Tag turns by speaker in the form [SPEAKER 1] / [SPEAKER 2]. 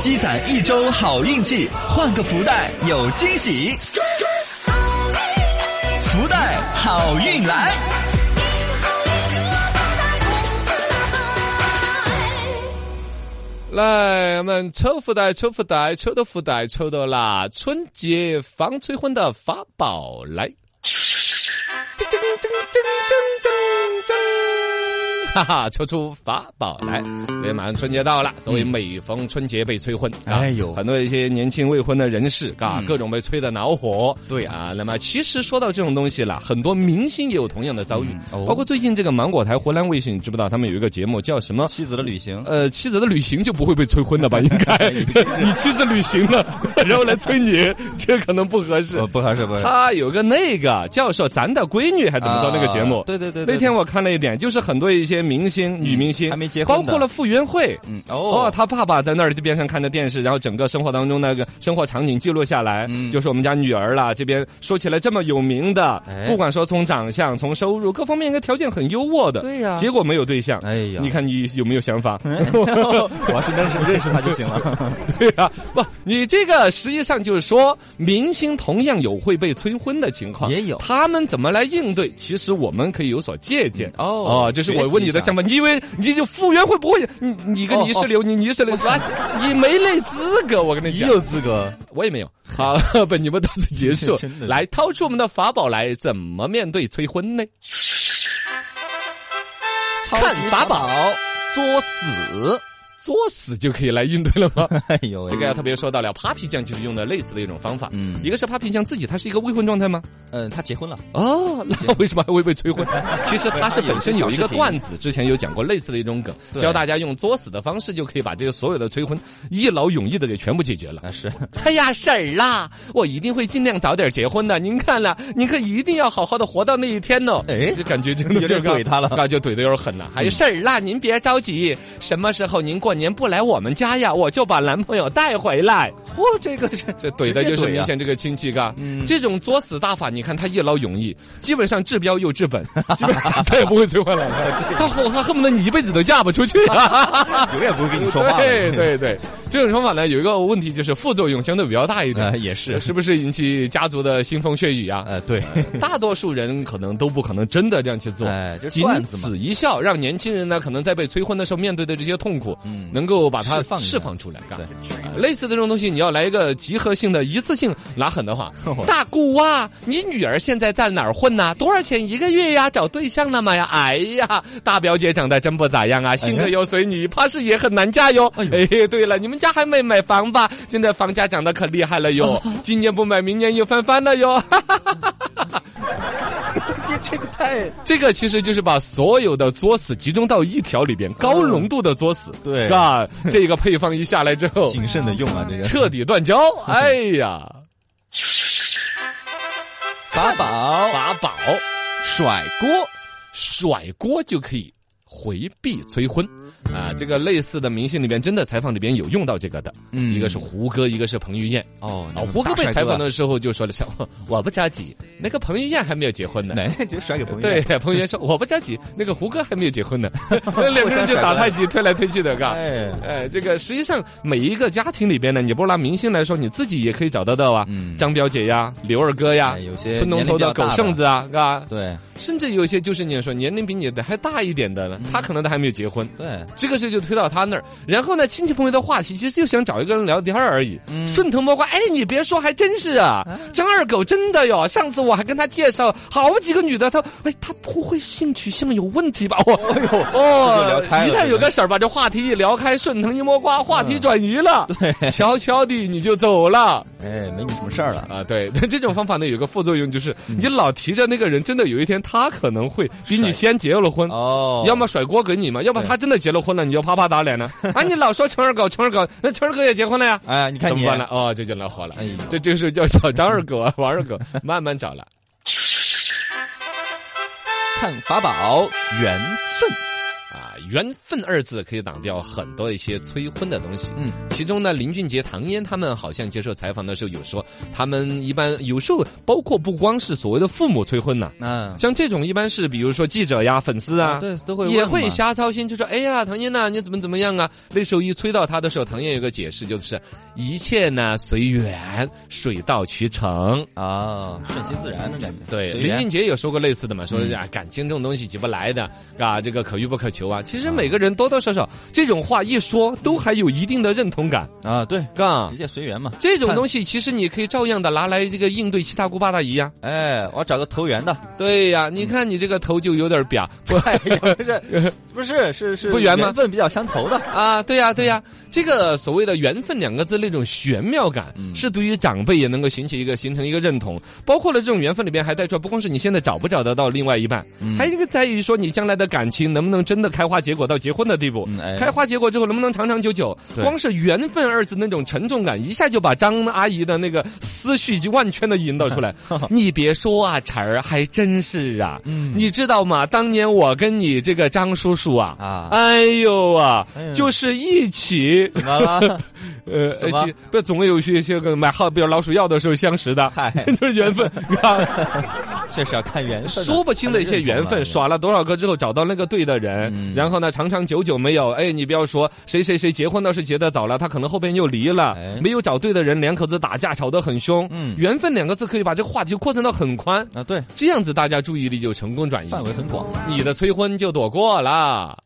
[SPEAKER 1] 积攒一周好运气，换个福袋有惊喜。福袋好运来！
[SPEAKER 2] 来，我们抽福袋，抽福袋，抽到福袋，抽到啦！春节防催婚的法宝来！铮铮铮铮铮铮铮！哈哈，抽出法宝来！对，马上春节到了，所以每逢春节被催婚，
[SPEAKER 1] 嗯
[SPEAKER 2] 啊
[SPEAKER 1] 哎呦嗯
[SPEAKER 2] 很多一些年轻未婚的人士，啊，各种被催得恼火。
[SPEAKER 1] 对啊
[SPEAKER 2] 啊，那么其实说到这种东西啦，很多明星也有同样的遭遇，
[SPEAKER 1] 嗯哦
[SPEAKER 2] 包括最近这个芒果台湖南卫视，你知不知道他们有一个节目叫什么？
[SPEAKER 1] 妻子的旅行，
[SPEAKER 2] 呃，妻子的旅行就不会被催婚了 吧？应该，你妻子旅行了，然后来催你，这可能不合适
[SPEAKER 1] 呃，。不合适，不合适。
[SPEAKER 2] 他有个那个叫说咱的闺女还怎么着那个节目
[SPEAKER 1] 啊？对对对对对
[SPEAKER 2] 那天我看了一点，就是很多一些明星、女明星
[SPEAKER 1] 还没结婚
[SPEAKER 2] 包
[SPEAKER 1] 的
[SPEAKER 2] 括了傅园慧。
[SPEAKER 1] 嗯，
[SPEAKER 2] 哦，
[SPEAKER 1] 哦，
[SPEAKER 2] 他爸爸在那儿就边上看着电视，然后整个生活当中那个生活场景记录下来，
[SPEAKER 1] 嗯
[SPEAKER 2] 就是我们家女儿啦。这边说起来这么有名的，
[SPEAKER 1] 哎
[SPEAKER 2] 不管说从长相、从收入各方面，应该条件很优渥的，
[SPEAKER 1] 对呀
[SPEAKER 2] 结果没有对象。
[SPEAKER 1] 哎呀哎
[SPEAKER 2] 你看你有没有想法？
[SPEAKER 1] 哦我要是认识认识他就行了。
[SPEAKER 2] 对啊，不，你这个实际上就是说，明星同样有会被催婚的情况，
[SPEAKER 1] 也有
[SPEAKER 2] 他们怎么来应对？其实我们可以有所借鉴。
[SPEAKER 1] 嗯 哦
[SPEAKER 2] 这是
[SPEAKER 1] 学
[SPEAKER 2] 我
[SPEAKER 1] 习
[SPEAKER 2] 问
[SPEAKER 1] 一
[SPEAKER 2] 你的
[SPEAKER 1] 下
[SPEAKER 2] 想法。你以为你就复原会不会？你你跟
[SPEAKER 1] 哦
[SPEAKER 2] 泥石流，你泥石流，那你没那资格。我跟你
[SPEAKER 1] 你
[SPEAKER 2] 讲，
[SPEAKER 1] 有资格？。
[SPEAKER 2] 我也没有。好， 本节目到此结束
[SPEAKER 1] 真的
[SPEAKER 2] 来，掏出我们的法宝来，怎么面对催婚呢？看法宝，
[SPEAKER 1] 作死！
[SPEAKER 2] 作死就可以来应对了吗？
[SPEAKER 1] 哎呦喂，
[SPEAKER 2] 这个要特别说到了，Papi 酱就是用的类似的一种方法。
[SPEAKER 1] 嗯
[SPEAKER 2] 一个是 Papi 酱自己，她是一个未婚状态吗？
[SPEAKER 1] 嗯，他结婚了。
[SPEAKER 2] 哦， 那为什么还会被催 婚？其实她是本身有一个段子，之前有讲过类似的一种梗，
[SPEAKER 1] 对
[SPEAKER 2] 教大家用作死的方式就可以把这个所有的催婚一劳永逸的给全部解决了。
[SPEAKER 1] 啊，是
[SPEAKER 2] 哎呀，婶儿啦，我一定会尽量早点结婚的。您看了，您可一定要好好的活到那一天哦。
[SPEAKER 1] 哎
[SPEAKER 2] 就感觉真的
[SPEAKER 1] 有点
[SPEAKER 2] 就刚
[SPEAKER 1] 怼他了嗯
[SPEAKER 2] 那就怼的有点狠了。还有婶儿啦，您别着急，什么时候您过年不来我们家呀，我就把男朋友带回来。
[SPEAKER 1] 嚯，这个是
[SPEAKER 2] 这怼的就
[SPEAKER 1] 直
[SPEAKER 2] 是
[SPEAKER 1] 接怼
[SPEAKER 2] 明
[SPEAKER 1] 啊
[SPEAKER 2] 显这个亲戚嘎，
[SPEAKER 1] 嗯
[SPEAKER 2] 这种作死大法，你看他一劳永逸，基本上治标又治本， 基本上再也不会催婚了。 他恨他恨不得你一辈子都嫁不出去。 啊
[SPEAKER 1] 永远不会 跟你说话了。
[SPEAKER 2] 对对对，这种说法呢，有一个问题就是副作用相对比较大一点
[SPEAKER 1] 呃，。 也是，
[SPEAKER 2] 是不是引起家族的腥风血 雨啊？
[SPEAKER 1] 呃，对，
[SPEAKER 2] 大多数人可能都不可能真的这样去做，
[SPEAKER 1] 哎就是
[SPEAKER 2] 仅
[SPEAKER 1] 段子嘛
[SPEAKER 2] 此一笑，让年轻人呢，可能在被催婚的时候面对的这些痛苦，
[SPEAKER 1] 嗯
[SPEAKER 2] 能够把它
[SPEAKER 1] 释放一下
[SPEAKER 2] 释放出来，嘎
[SPEAKER 1] 对。，
[SPEAKER 2] 类似的这种东西，你要来一个集合性的、一次性拿狠的话 大姑啊，你女儿现在在哪儿混呐、多少钱一个月呀？找对象了吗呀？哎呀，大表姐长得真不咋样啊，性
[SPEAKER 1] 哎
[SPEAKER 2] 格又随你，怕是也很难嫁哟。哎，对了，你们家还没买房吧？现在房价涨得可厉害了
[SPEAKER 1] 哦
[SPEAKER 2] 哟，今年不买，明年又翻番了哟。
[SPEAKER 1] 你 这个太
[SPEAKER 2] 这个其实就是把所有的作死集中到一条里边，高浓度的作死，
[SPEAKER 1] 对
[SPEAKER 2] 是吧？这个配方一下来之 后，
[SPEAKER 1] 谨慎的用啊，这个
[SPEAKER 2] 彻底断交。哎呀，
[SPEAKER 1] 法宝
[SPEAKER 2] 法宝
[SPEAKER 1] 甩锅。
[SPEAKER 2] 甩锅就可以回避催婚啊！这个类似的明星里边，真的采访里边有用到这个的，
[SPEAKER 1] 嗯
[SPEAKER 2] 一个是胡歌，一个是彭于晏。
[SPEAKER 1] 哦
[SPEAKER 2] 啊，胡歌被采访的时候就说了：“像我我不着急，那个彭于晏还没有结婚呢。”
[SPEAKER 1] 来 直接甩给朋友。
[SPEAKER 2] 哎对，，彭于晏说：“我不着急，那个胡歌还没有结 婚呢。”两个人就打太极，推来推去的，嘎。
[SPEAKER 1] 哎，
[SPEAKER 2] 哎，这个实际上每一个家庭里边呢，你不拿明星来说，你自己也可以找得到啊。
[SPEAKER 1] 嗯
[SPEAKER 2] 张表姐呀，刘二哥呀，
[SPEAKER 1] 哎有些
[SPEAKER 2] 村东头
[SPEAKER 1] 年龄
[SPEAKER 2] 的
[SPEAKER 1] 比较
[SPEAKER 2] 狗
[SPEAKER 1] 大的
[SPEAKER 2] 剩子啊，啊，
[SPEAKER 1] 对
[SPEAKER 2] 甚至有一些就是你说年龄比你的还大一点的呢，
[SPEAKER 1] 嗯
[SPEAKER 2] 他可能都还没有结婚。
[SPEAKER 1] 对，
[SPEAKER 2] 这个事就推到他那儿，然后呢，亲戚朋友的话题其实就想找一个人聊天儿而已，
[SPEAKER 1] 嗯
[SPEAKER 2] 顺藤摸瓜。哎，你别说，还真是啊，张二狗真的哟。上次我还跟他介绍好几个女的，他哎，他不会性取向有问题吧？我哎呦
[SPEAKER 1] 这就聊开了
[SPEAKER 2] 一旦有个事儿，把这话题一聊开，顺藤一摸瓜，话题转移了， 对，啊悄悄的你就走了
[SPEAKER 1] 哎，没你什么事儿了。
[SPEAKER 2] 啊。对，但这种方法呢，有个副作用就是，你老提着那个人，真的有一天他可能会比你
[SPEAKER 1] 甩
[SPEAKER 2] 先结了婚
[SPEAKER 1] 哦
[SPEAKER 2] 要么甩锅给你嘛，要不他真的结了婚了，你就啪啪打脸了。 啊，你老说陈二狗，陈二狗，那陈二狗也结婚了呀？
[SPEAKER 1] 哎，你看
[SPEAKER 2] 怎
[SPEAKER 1] 你
[SPEAKER 2] 么办呢？哦，这就恼火了
[SPEAKER 1] 哎呦。
[SPEAKER 2] 这就是叫找张二狗啊，王二狗，慢慢找了。
[SPEAKER 1] 看法宝缘分。
[SPEAKER 2] 啊，缘分二字可以挡掉很多一些催婚的东西。
[SPEAKER 1] 嗯，
[SPEAKER 2] 其中呢，林俊杰、唐嫣他们好像接受采访的时候有说，他们一般有时候包括不光是所谓的父母催婚呐、
[SPEAKER 1] 嗯，
[SPEAKER 2] 像这种一般是比如说记者呀、粉丝啊，
[SPEAKER 1] 对，都会
[SPEAKER 2] 也
[SPEAKER 1] 问
[SPEAKER 2] 会
[SPEAKER 1] 嘛
[SPEAKER 2] 瞎操心，就说哎呀，唐嫣呐、你怎么怎么样啊？那时候一催到她的时候，唐嫣有个解释，就是一切呢随缘，水到渠成。
[SPEAKER 1] 啊，顺其自然的感觉。
[SPEAKER 2] 对，
[SPEAKER 1] 随
[SPEAKER 2] 林
[SPEAKER 1] 缘
[SPEAKER 2] 俊杰有说过类似的嘛，说啊，感情这种东西急不来的，啊，这个可遇不可求啊。其实每个人多多少少这种话一说，都还有一定的认同感，
[SPEAKER 1] 啊，对，
[SPEAKER 2] 嘎
[SPEAKER 1] 一。切随缘嘛。
[SPEAKER 2] 这种东西其实你可以照样的拿来这个应对七大姑八大姨呀、
[SPEAKER 1] 哎，我找个投缘 的，
[SPEAKER 2] 对呀、你看你这个头就有点瘪，不
[SPEAKER 1] 哎呀不是，不是，是是
[SPEAKER 2] 不缘吗
[SPEAKER 1] 缘分比较相投的。
[SPEAKER 2] 啊，对呀、对呀、这个所谓的缘分两个字那种玄妙感，是对于长辈也能够形起一个形成一个认同，包括了这种缘分里边还带出来，不光是你现在找不找得到另外一半，
[SPEAKER 1] 嗯
[SPEAKER 2] 还有一个在于说你将来的感情能不能真的开花结果到结婚的地步。
[SPEAKER 1] 嗯，哎，
[SPEAKER 2] 开花结果之后能不能长长久久？
[SPEAKER 1] 对
[SPEAKER 2] 光是缘分二字那种沉重感，一下就把张阿姨的那个思绪就万圈的引导出 来。你别说啊，晨儿还真是啊，
[SPEAKER 1] 嗯
[SPEAKER 2] 你知道吗？当年我跟你这个张叔叔啊，
[SPEAKER 1] 啊
[SPEAKER 2] 哎呦啊
[SPEAKER 1] 哎，呦
[SPEAKER 2] 就是一起。
[SPEAKER 1] 怎么了？
[SPEAKER 2] 呃，
[SPEAKER 1] 怎么
[SPEAKER 2] 而且不总有些些个买好，比如老鼠药的时候相识的，
[SPEAKER 1] 嗨
[SPEAKER 2] 就是 缘分，啊
[SPEAKER 1] 这是要看缘分的，
[SPEAKER 2] 说不清的一些缘分，
[SPEAKER 1] 耍
[SPEAKER 2] 耍了多少个之后找到那个对的人，
[SPEAKER 1] 嗯
[SPEAKER 2] 然后呢，长长久久没有，哎，你不要说谁谁谁结婚倒是结得早了，他可能后边又离了，
[SPEAKER 1] 哎
[SPEAKER 2] 没有找对的人，两口子打架吵得很凶。
[SPEAKER 1] 嗯
[SPEAKER 2] 缘分两个字可以把这个话题扩散到很宽，
[SPEAKER 1] 啊，对，
[SPEAKER 2] 这样子大家注意力就成功转移，
[SPEAKER 1] 范围很广。
[SPEAKER 2] 你的催婚就躲过了。